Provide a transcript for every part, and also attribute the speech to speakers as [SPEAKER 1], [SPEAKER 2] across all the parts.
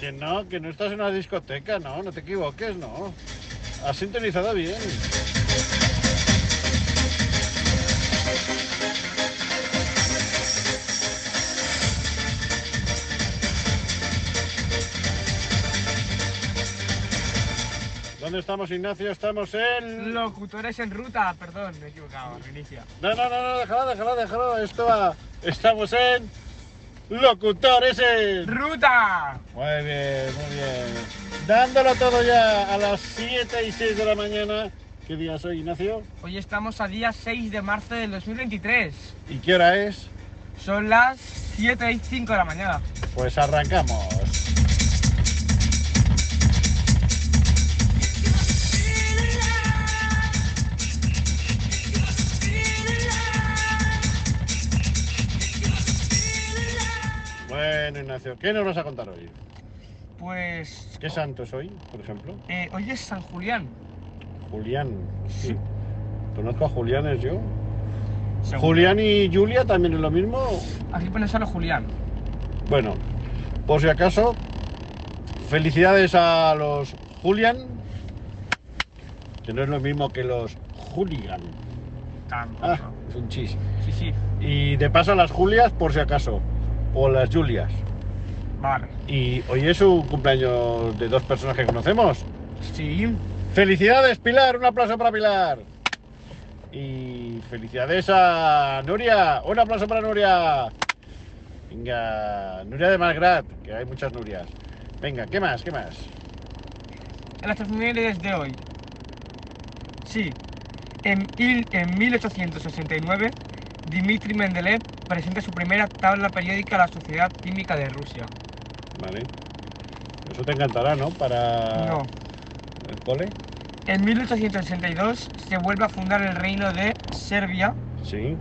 [SPEAKER 1] Que no, que no estás en una discoteca, no, no te equivoques, no. Has sintonizado bien. ¿Dónde estamos, Ignacio? Estamos en...
[SPEAKER 2] Locutores en ruta, perdón, me he equivocado, reinicia.
[SPEAKER 1] No, no, no, no, déjalo, déjalo, déjalo. Esto va... Estamos en... Locutores en...
[SPEAKER 2] ¡Ruta!
[SPEAKER 1] Muy bien, muy bien. Dándolo todo ya a las 7 y 6 de la mañana. ¿Qué día es hoy, Ignacio?
[SPEAKER 2] Hoy estamos a día 6 de marzo del 2023.
[SPEAKER 1] ¿Y qué hora es?
[SPEAKER 2] Son las 7 y 5 de la mañana.
[SPEAKER 1] Pues arrancamos. Bueno, Ignacio, ¿qué nos vas a contar hoy?
[SPEAKER 2] Pues
[SPEAKER 1] ¿Qué santo es hoy, por ejemplo?
[SPEAKER 2] eh, hoy es San Julián.
[SPEAKER 1] Julián. Sí. Conozco a Julianes yo.
[SPEAKER 2] Seguro.
[SPEAKER 1] Julián y Julia también es lo mismo.
[SPEAKER 2] Aquí pone solo Julián.
[SPEAKER 1] Bueno, por si acaso, felicidades a los Julian, que no es lo mismo que los Julian.
[SPEAKER 2] Tampoco.
[SPEAKER 1] Ah, es un chis.
[SPEAKER 2] Sí, sí.
[SPEAKER 1] Y de paso a las Julias, por si acaso, o las Julias.
[SPEAKER 2] Vale.
[SPEAKER 1] Y hoy es un cumpleaños de dos personas que conocemos.
[SPEAKER 2] Sí.
[SPEAKER 1] ¡Felicidades, Pilar! ¡Un aplauso para Pilar! Y felicidades a Nuria. Un aplauso para Nuria. Venga, Nuria de Malgrat, que hay muchas Nurias. Venga, ¿qué más? ¿Qué más?
[SPEAKER 2] Las efemérides de hoy. Sí. En, mil- en 1869, Dmitri Mendeleev presenta su primera tabla periódica a la Sociedad Química de Rusia.
[SPEAKER 1] Vale. Eso te encantará, ¿no? Para
[SPEAKER 2] No.
[SPEAKER 1] el cole.
[SPEAKER 2] En 1862 se vuelve a fundar el reino de Serbia
[SPEAKER 1] Sí.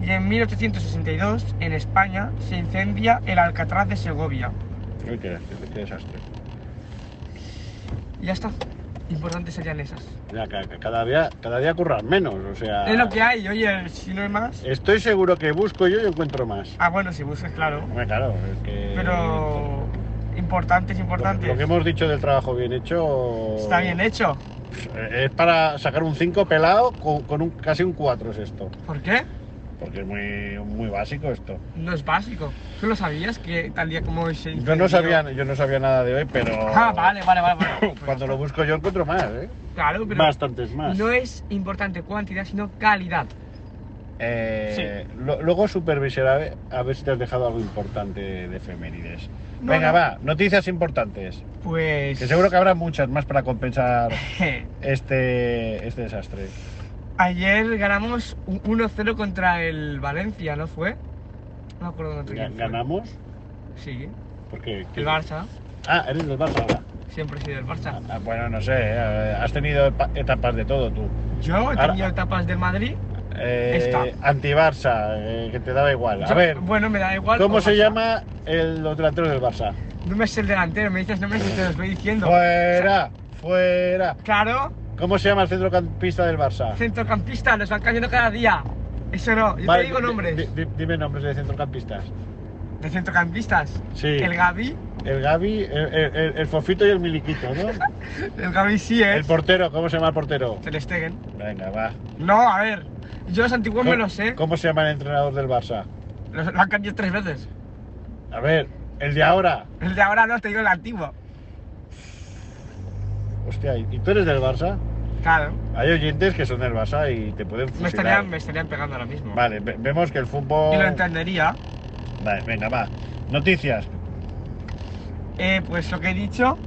[SPEAKER 2] y en 1862 en España se incendia el Alcatraz de Segovia.
[SPEAKER 1] Uy, qué, qué- qué desastre.
[SPEAKER 2] Y ya está. Importantes serían esas.
[SPEAKER 1] Ya, ca- ca- cada día, cada día curran menos, o sea.
[SPEAKER 2] Es lo que hay, oye, si no hay más.
[SPEAKER 1] Estoy seguro que busco yo y encuentro más.
[SPEAKER 2] Ah, bueno, si buscas, claro.
[SPEAKER 1] Hombre, claro, es que.
[SPEAKER 2] Pero importantes,
[SPEAKER 1] Lo que
[SPEAKER 2] importantes.
[SPEAKER 1] hemos dicho del trabajo bien hecho. eh,
[SPEAKER 2] Está bien hecho.
[SPEAKER 1] Es para sacar un 5 pelado con, con un, casi un 4 es esto.
[SPEAKER 2] ¿Por qué?
[SPEAKER 1] Porque es muy, muy básico esto.
[SPEAKER 2] No es básico. ¿Tú lo sabías que tal día como hoy se
[SPEAKER 1] Yo no,
[SPEAKER 2] incendió?
[SPEAKER 1] sabía, yo no sabía nada de hoy, pero.
[SPEAKER 2] Ah, vale, vale, vale. vale. Pues
[SPEAKER 1] Cuando
[SPEAKER 2] ya
[SPEAKER 1] lo busco yo encuentro más, ¿eh?
[SPEAKER 2] está. Claro, pero
[SPEAKER 1] Bastantes más.
[SPEAKER 2] no es importante cuantidad, sino calidad.
[SPEAKER 1] Eh, lo- luego supervisaré a ver si te has dejado algo importante de efemérides.
[SPEAKER 2] No,
[SPEAKER 1] Venga,
[SPEAKER 2] no.
[SPEAKER 1] va, noticias importantes.
[SPEAKER 2] Pues.
[SPEAKER 1] Que seguro que habrá muchas más para compensar este, este desastre.
[SPEAKER 2] Ayer ganamos un- 1-0 contra el Valencia, ¿no fue? No me acuerdo contra
[SPEAKER 1] Ga-
[SPEAKER 2] quién fue.
[SPEAKER 1] ¿Ganamos?
[SPEAKER 2] Sí,
[SPEAKER 1] Porque.
[SPEAKER 2] el Barça.
[SPEAKER 1] Ah, eres del Barça ahora.
[SPEAKER 2] Siempre he sido del Barça.
[SPEAKER 1] Ah, bueno, no sé, eh, has tenido epa- etapas de todo tú.
[SPEAKER 2] Yo he
[SPEAKER 1] Ahora-
[SPEAKER 2] tenido etapas del Madrid. Esta.
[SPEAKER 1] Eh, Anti-Barça, eh, que te daba igual. A
[SPEAKER 2] Yo-
[SPEAKER 1] ver,
[SPEAKER 2] Bueno, me da igual.
[SPEAKER 1] ¿cómo
[SPEAKER 2] o
[SPEAKER 1] se
[SPEAKER 2] Barça.
[SPEAKER 1] llama el, los delanteros del Barça?
[SPEAKER 2] No me sé el delantero, me dices nombres y te los voy diciendo.
[SPEAKER 1] Fuera, fuera.
[SPEAKER 2] Claro,
[SPEAKER 1] ¿Cómo se llama el centrocampista del Barça?
[SPEAKER 2] centrocampista, nos van cambiando cada día. Eso no, yo
[SPEAKER 1] Vale,
[SPEAKER 2] te digo
[SPEAKER 1] di-
[SPEAKER 2] nombres. De,
[SPEAKER 1] di- di- dime nombres de centrocampistas.
[SPEAKER 2] centrocampistas.
[SPEAKER 1] Sí.
[SPEAKER 2] El Gaby.
[SPEAKER 1] El Gavi, el, el- el- el Fofito y el Miliquito, ¿no?
[SPEAKER 2] El Gaby sí
[SPEAKER 1] el
[SPEAKER 2] es.
[SPEAKER 1] portero, ¿cómo se llama el portero?
[SPEAKER 2] Ter Stegen.
[SPEAKER 1] Venga, va.
[SPEAKER 2] No, a ver. Yo los antiguos me los sé.
[SPEAKER 1] ¿Cómo se llama el entrenador del Barça?
[SPEAKER 2] Los, lo han cambiado tres veces.
[SPEAKER 1] A ver, el de ahora.
[SPEAKER 2] El de ahora no, te digo el antiguo.
[SPEAKER 1] Hostia, ¿y y tú eres del Barça?
[SPEAKER 2] Claro.
[SPEAKER 1] Hay oyentes que son del Barça y te pueden
[SPEAKER 2] Me
[SPEAKER 1] fusilar.
[SPEAKER 2] estarían, me estarían pegando ahora mismo.
[SPEAKER 1] Vale, ve- vemos que el fútbol...
[SPEAKER 2] Y lo entendería.
[SPEAKER 1] Vale, venga, va. Noticias.
[SPEAKER 2] Eh, pues lo que he dicho,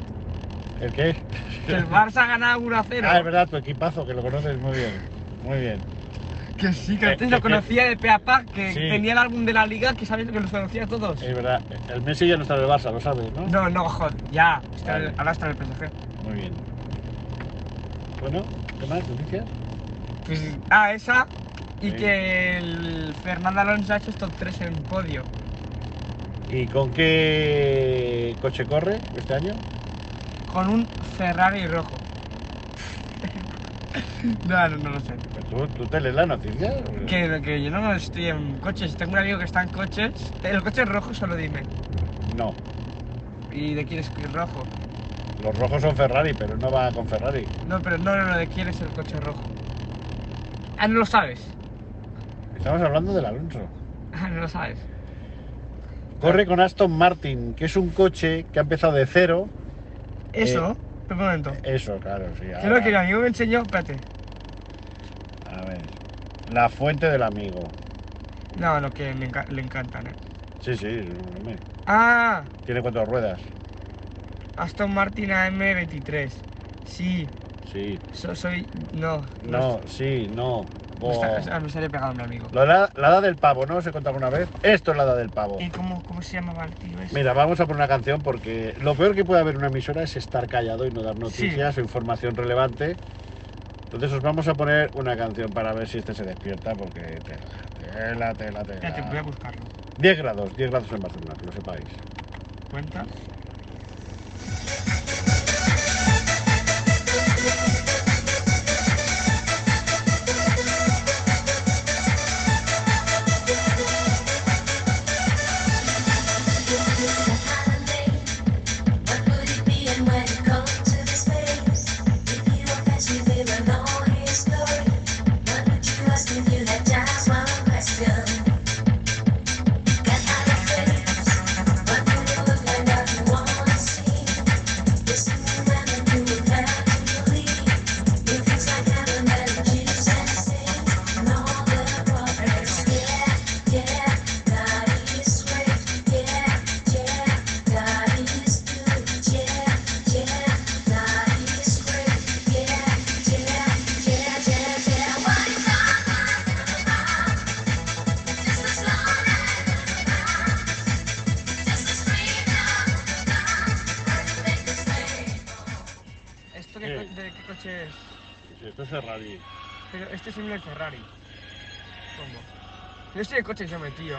[SPEAKER 1] ¿El qué?
[SPEAKER 2] que el Barça ha ganado 1
[SPEAKER 1] Ah, es
[SPEAKER 2] 0.
[SPEAKER 1] verdad, tu equipazo, que lo conoces muy bien. Muy bien.
[SPEAKER 2] Que sí, que
[SPEAKER 1] Eh,
[SPEAKER 2] antes
[SPEAKER 1] eh,
[SPEAKER 2] lo
[SPEAKER 1] eh.
[SPEAKER 2] conocía de pe a pa, que
[SPEAKER 1] Sí. Eh,
[SPEAKER 2] tenía el álbum de la liga, que sabes que los conocía a todos.
[SPEAKER 1] Es verdad. El Messi ya no está en el Barça, lo sabes, ¿no?
[SPEAKER 2] No, no, joder, ya. Está
[SPEAKER 1] Vale.
[SPEAKER 2] el- ahora está en el PSG.
[SPEAKER 1] Muy bien. Bueno, ¿qué más? ¿Noticias?
[SPEAKER 2] Pues, ah, esa. Y
[SPEAKER 1] Sí.
[SPEAKER 2] que el Fernando Alonso ha hecho estos tres en podio.
[SPEAKER 1] ¿Y con qué coche corre este año?
[SPEAKER 2] Con un Ferrari rojo. no, no, no lo sé.
[SPEAKER 1] Pues ¿Tú, tú te lees la noticia?
[SPEAKER 2] Que, que yo no estoy eh, en coches. Tengo un amigo que está en coches. El coche rojo, solo dime.
[SPEAKER 1] No.
[SPEAKER 2] ¿Y de quién es el rojo?
[SPEAKER 1] Los rojos son Ferrari, pero no va con Ferrari.
[SPEAKER 2] No, pero no, no, no, ¿de quién es el coche rojo? Ah, no lo sabes.
[SPEAKER 1] Estamos hablando del Alonso.
[SPEAKER 2] Ah, no lo sabes.
[SPEAKER 1] Corre con Aston Martin, que es un coche que ha empezado de cero.
[SPEAKER 2] Eso, espera un momento.
[SPEAKER 1] Eso, claro, sí. ahora-
[SPEAKER 2] Creo que el amigo me enseñó, espérate.
[SPEAKER 1] A ver. La fuente del amigo.
[SPEAKER 2] No, lo que le, enca- le encantan, eh.
[SPEAKER 1] Sí, sí, hombre.
[SPEAKER 2] Ah,
[SPEAKER 1] Tiene cuatro ruedas.
[SPEAKER 2] Aston Martin AM23. Sí,
[SPEAKER 1] Sí.
[SPEAKER 2] so- soy. No,
[SPEAKER 1] No, sí, no.
[SPEAKER 2] no está-
[SPEAKER 1] Buah.
[SPEAKER 2] ah, me sale pegado a mi amigo.
[SPEAKER 1] La, edad- la edad del pavo, ¿no? ¿Se contaba una vez? Esto es la edad del pavo.
[SPEAKER 2] ¿Y cómo, cómo se llamaba el tío ese?
[SPEAKER 1] Mira, vamos a poner una canción porque lo peor que puede haber en una emisora es estar callado y no dar noticias o información relevante. Entonces os vamos a poner una canción para ver si este se despierta porque tela, tela, tela,
[SPEAKER 2] Espérate, voy a
[SPEAKER 1] tela.
[SPEAKER 2] buscarlo.
[SPEAKER 1] 10 grados, 10 grados en Barcelona, que lo sepáis.
[SPEAKER 2] Cuenta.
[SPEAKER 3] Yeah, God is swift. Yeah, yeah, God is good. Yeah, yeah, God is great. Yeah, yeah, yeah, yeah, yeah. What is love? Just this love. Just this freedom. Everything is made.
[SPEAKER 2] ¿Esto qué
[SPEAKER 1] Sí.
[SPEAKER 2] co- de qué coche es?
[SPEAKER 1] Esto es Ferrari.
[SPEAKER 2] Pero este es un Ferrari. ¿Cómo? Yo sé de coche yo me tío.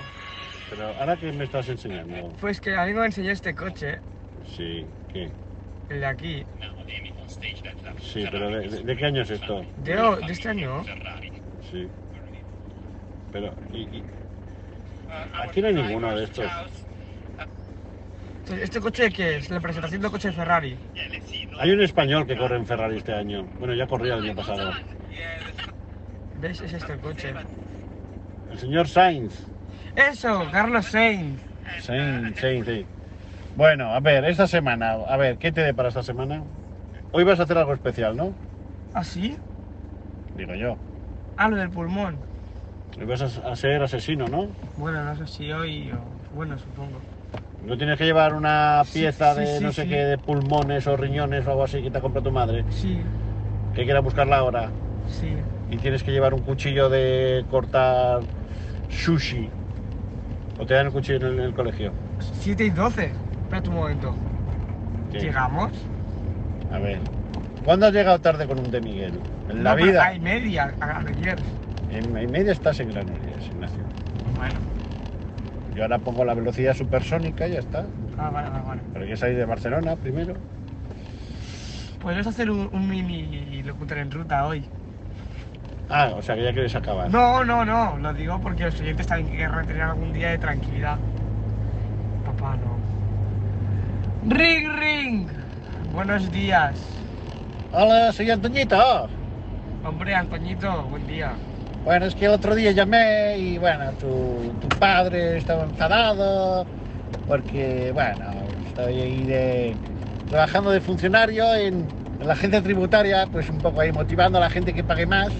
[SPEAKER 1] Pero ahora que me estás enseñando.
[SPEAKER 2] Pues que el amigo me enseñó este coche,
[SPEAKER 1] Sí, ¿qué?
[SPEAKER 2] el de aquí.
[SPEAKER 1] Sí, pero ¿de, de- de qué año es esto?
[SPEAKER 2] De, oh, de este año.
[SPEAKER 1] Sí. Pero, y- y- Aquí no hay ninguno de estos.
[SPEAKER 2] Entonces, ¿Este coche qué es? La presentación del coche de Ferrari.
[SPEAKER 1] hay un español que corre en Ferrari este año. Bueno, ya corría el año pasado.
[SPEAKER 2] ¿Ves? Es este coche.
[SPEAKER 1] El señor Sainz.
[SPEAKER 2] ¡Eso! Carlos Sainz.
[SPEAKER 1] Sainz, Sainz, sí. Bueno, a ver, esta semana, a ver, ¿qué te dé para esta semana? Hoy vas a hacer algo especial, ¿no?
[SPEAKER 2] ¿Ah, sí?
[SPEAKER 1] Digo yo.
[SPEAKER 2] Ah, lo del pulmón.
[SPEAKER 1] Hoy vas a, a ser asesino, ¿no?
[SPEAKER 2] Bueno, no sé si hoy o... Bueno, supongo.
[SPEAKER 1] ¿No tienes que llevar una
[SPEAKER 2] Sí,
[SPEAKER 1] pieza
[SPEAKER 2] sí,
[SPEAKER 1] de
[SPEAKER 2] sí,
[SPEAKER 1] no sé
[SPEAKER 2] sí.
[SPEAKER 1] qué, de pulmones o riñones o algo así que te ha comprado tu madre?
[SPEAKER 2] Sí,
[SPEAKER 1] Que quiera buscarla ahora.
[SPEAKER 2] sí.
[SPEAKER 1] y tienes que llevar un cuchillo de cortar sushi. O te dan el cuchillo en el, en el colegio.
[SPEAKER 2] 7 y 12. Espera un momento.
[SPEAKER 1] ¿Qué?
[SPEAKER 2] ¿Llegamos?
[SPEAKER 1] A ver. ¿Cuándo has llegado tarde con un de Miguel? En la
[SPEAKER 2] No, pero
[SPEAKER 1] vida.
[SPEAKER 2] Hay media a- ayer.
[SPEAKER 1] En, en media estás en Granollers, Ignacio.
[SPEAKER 2] Bueno.
[SPEAKER 1] Yo ahora pongo la velocidad supersónica y ya está.
[SPEAKER 2] Ah, vale, vale, vale.
[SPEAKER 1] Pero hay que salir de Barcelona primero.
[SPEAKER 2] Podrías hacer un, un mini locutor en ruta hoy.
[SPEAKER 1] Ah, o sea que ya quieres acabar.
[SPEAKER 2] No, no, no. Lo digo porque los oyentes también querrán tener algún día de tranquilidad. Papá, no. Ring, ring. Buenos días.
[SPEAKER 1] Hola, soy Antoñito.
[SPEAKER 2] Hombre, Antoñito, buen día.
[SPEAKER 1] Bueno, es que el otro día llamé y bueno, tu, tu padre estaba enfadado porque, bueno, estoy ahí de- trabajando de funcionario en, en la agencia tributaria, pues un poco ahí motivando a la gente que pague más.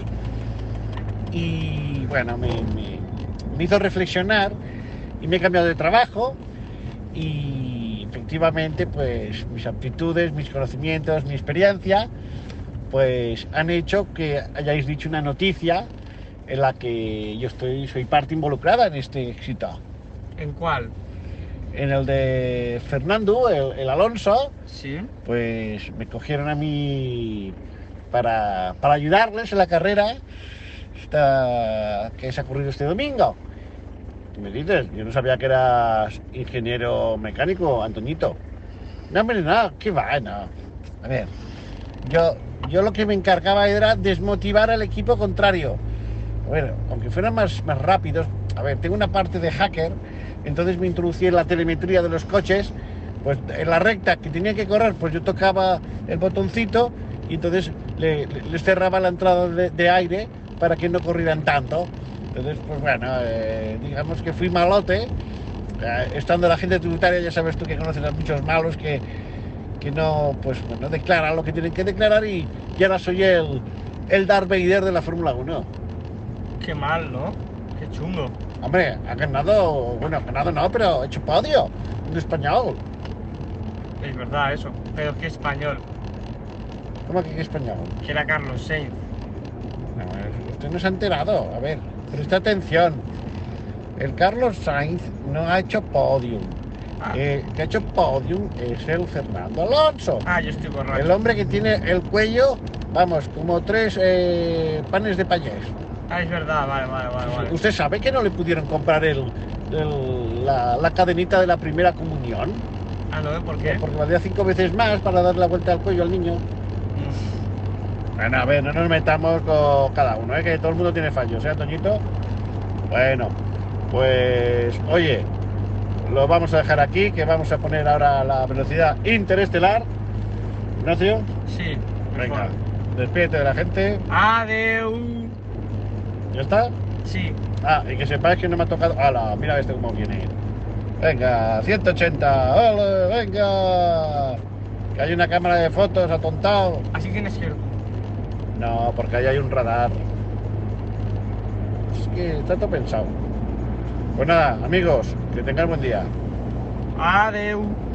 [SPEAKER 1] Y bueno, me, me- me hizo reflexionar y me he cambiado de trabajo y efectivamente pues mis aptitudes, mis conocimientos, mi experiencia pues han hecho que hayáis dicho una noticia en la que yo estoy, soy parte involucrada en este éxito.
[SPEAKER 2] ¿En cuál?
[SPEAKER 1] En el de Fernando, el, el Alonso,
[SPEAKER 2] Sí.
[SPEAKER 1] pues me cogieron a mí para, para ayudarles en la carrera esta- que se ha ocurrido este domingo. ¿Qué me dices? Yo no sabía que eras ingeniero mecánico, Antoñito. No, hombre, no, qué va, no. A ver, yo, yo lo que me encargaba era desmotivar al equipo contrario. Bueno, aunque fueran más, más rápidos, a ver, tengo una parte de hacker, entonces me introducí en la telemetría de los coches Pues en las rectas que tenía que correr, pues yo tocaba el botoncito y entonces le- le- les cerraba la entrada de, de aire para que no corrieran tanto. Entonces, pues bueno, eh, digamos que fui malote. Eh, estando la gente tributaria, ya sabes tú que conoces a muchos malos que, que no, pues, bueno, declaran lo que tienen que declarar y, ya ahora soy el, el Darth Vader de la Fórmula 1.
[SPEAKER 2] Qué mal, ¿no? Qué chungo.
[SPEAKER 1] Hombre, ha ganado, bueno, ha ganado no, pero ha hecho podio, un español.
[SPEAKER 2] Es verdad eso. Pero qué español.
[SPEAKER 1] ¿Cómo que qué español?
[SPEAKER 2] Que era Carlos Sainz.
[SPEAKER 1] No, usted no se ha enterado, a ver, presta atención. El Carlos Sainz no ha hecho podium.
[SPEAKER 2] Ah,
[SPEAKER 1] Eh, el que ha hecho podium es el Fernando Alonso.
[SPEAKER 2] ah, yo estoy
[SPEAKER 1] El
[SPEAKER 2] borracho.
[SPEAKER 1] hombre que tiene el cuello, vamos, como tres eh, panes de payés.
[SPEAKER 2] Ah, es verdad, vale, vale, vale. Ah, vale.
[SPEAKER 1] ¿Usted sabe que no le pudieron comprar el- el- la, la cadenita de la primera comunión?
[SPEAKER 2] Ah, no, ¿por qué?
[SPEAKER 1] Porque valía cinco veces más para dar la vuelta al cuello al niño.
[SPEAKER 2] Mm,
[SPEAKER 1] Bueno, a ver, no nos metamos con cada uno, ¿eh? que todo el mundo tiene fallos, ¿eh, Toñito? Bueno, pues oye, lo vamos a dejar aquí, que vamos a poner ahora la velocidad interestelar. Ignacio,
[SPEAKER 2] Sí.
[SPEAKER 1] venga,
[SPEAKER 2] mejor.
[SPEAKER 1] despídete de la gente,
[SPEAKER 2] Adeu.
[SPEAKER 1] ¿ya está?
[SPEAKER 2] Sí.
[SPEAKER 1] Ah, y que sepáis que no me ha tocado. ¡Hala! Mira este cómo viene. Venga, 180. ¡Ole! ¡Venga! Que hay una cámara de fotos, atontado.
[SPEAKER 2] Así tienes que ir.
[SPEAKER 1] No, porque ahí hay un radar. Es que está todo pensado. Pues nada, amigos, que tengáis buen día.
[SPEAKER 2] Adeu.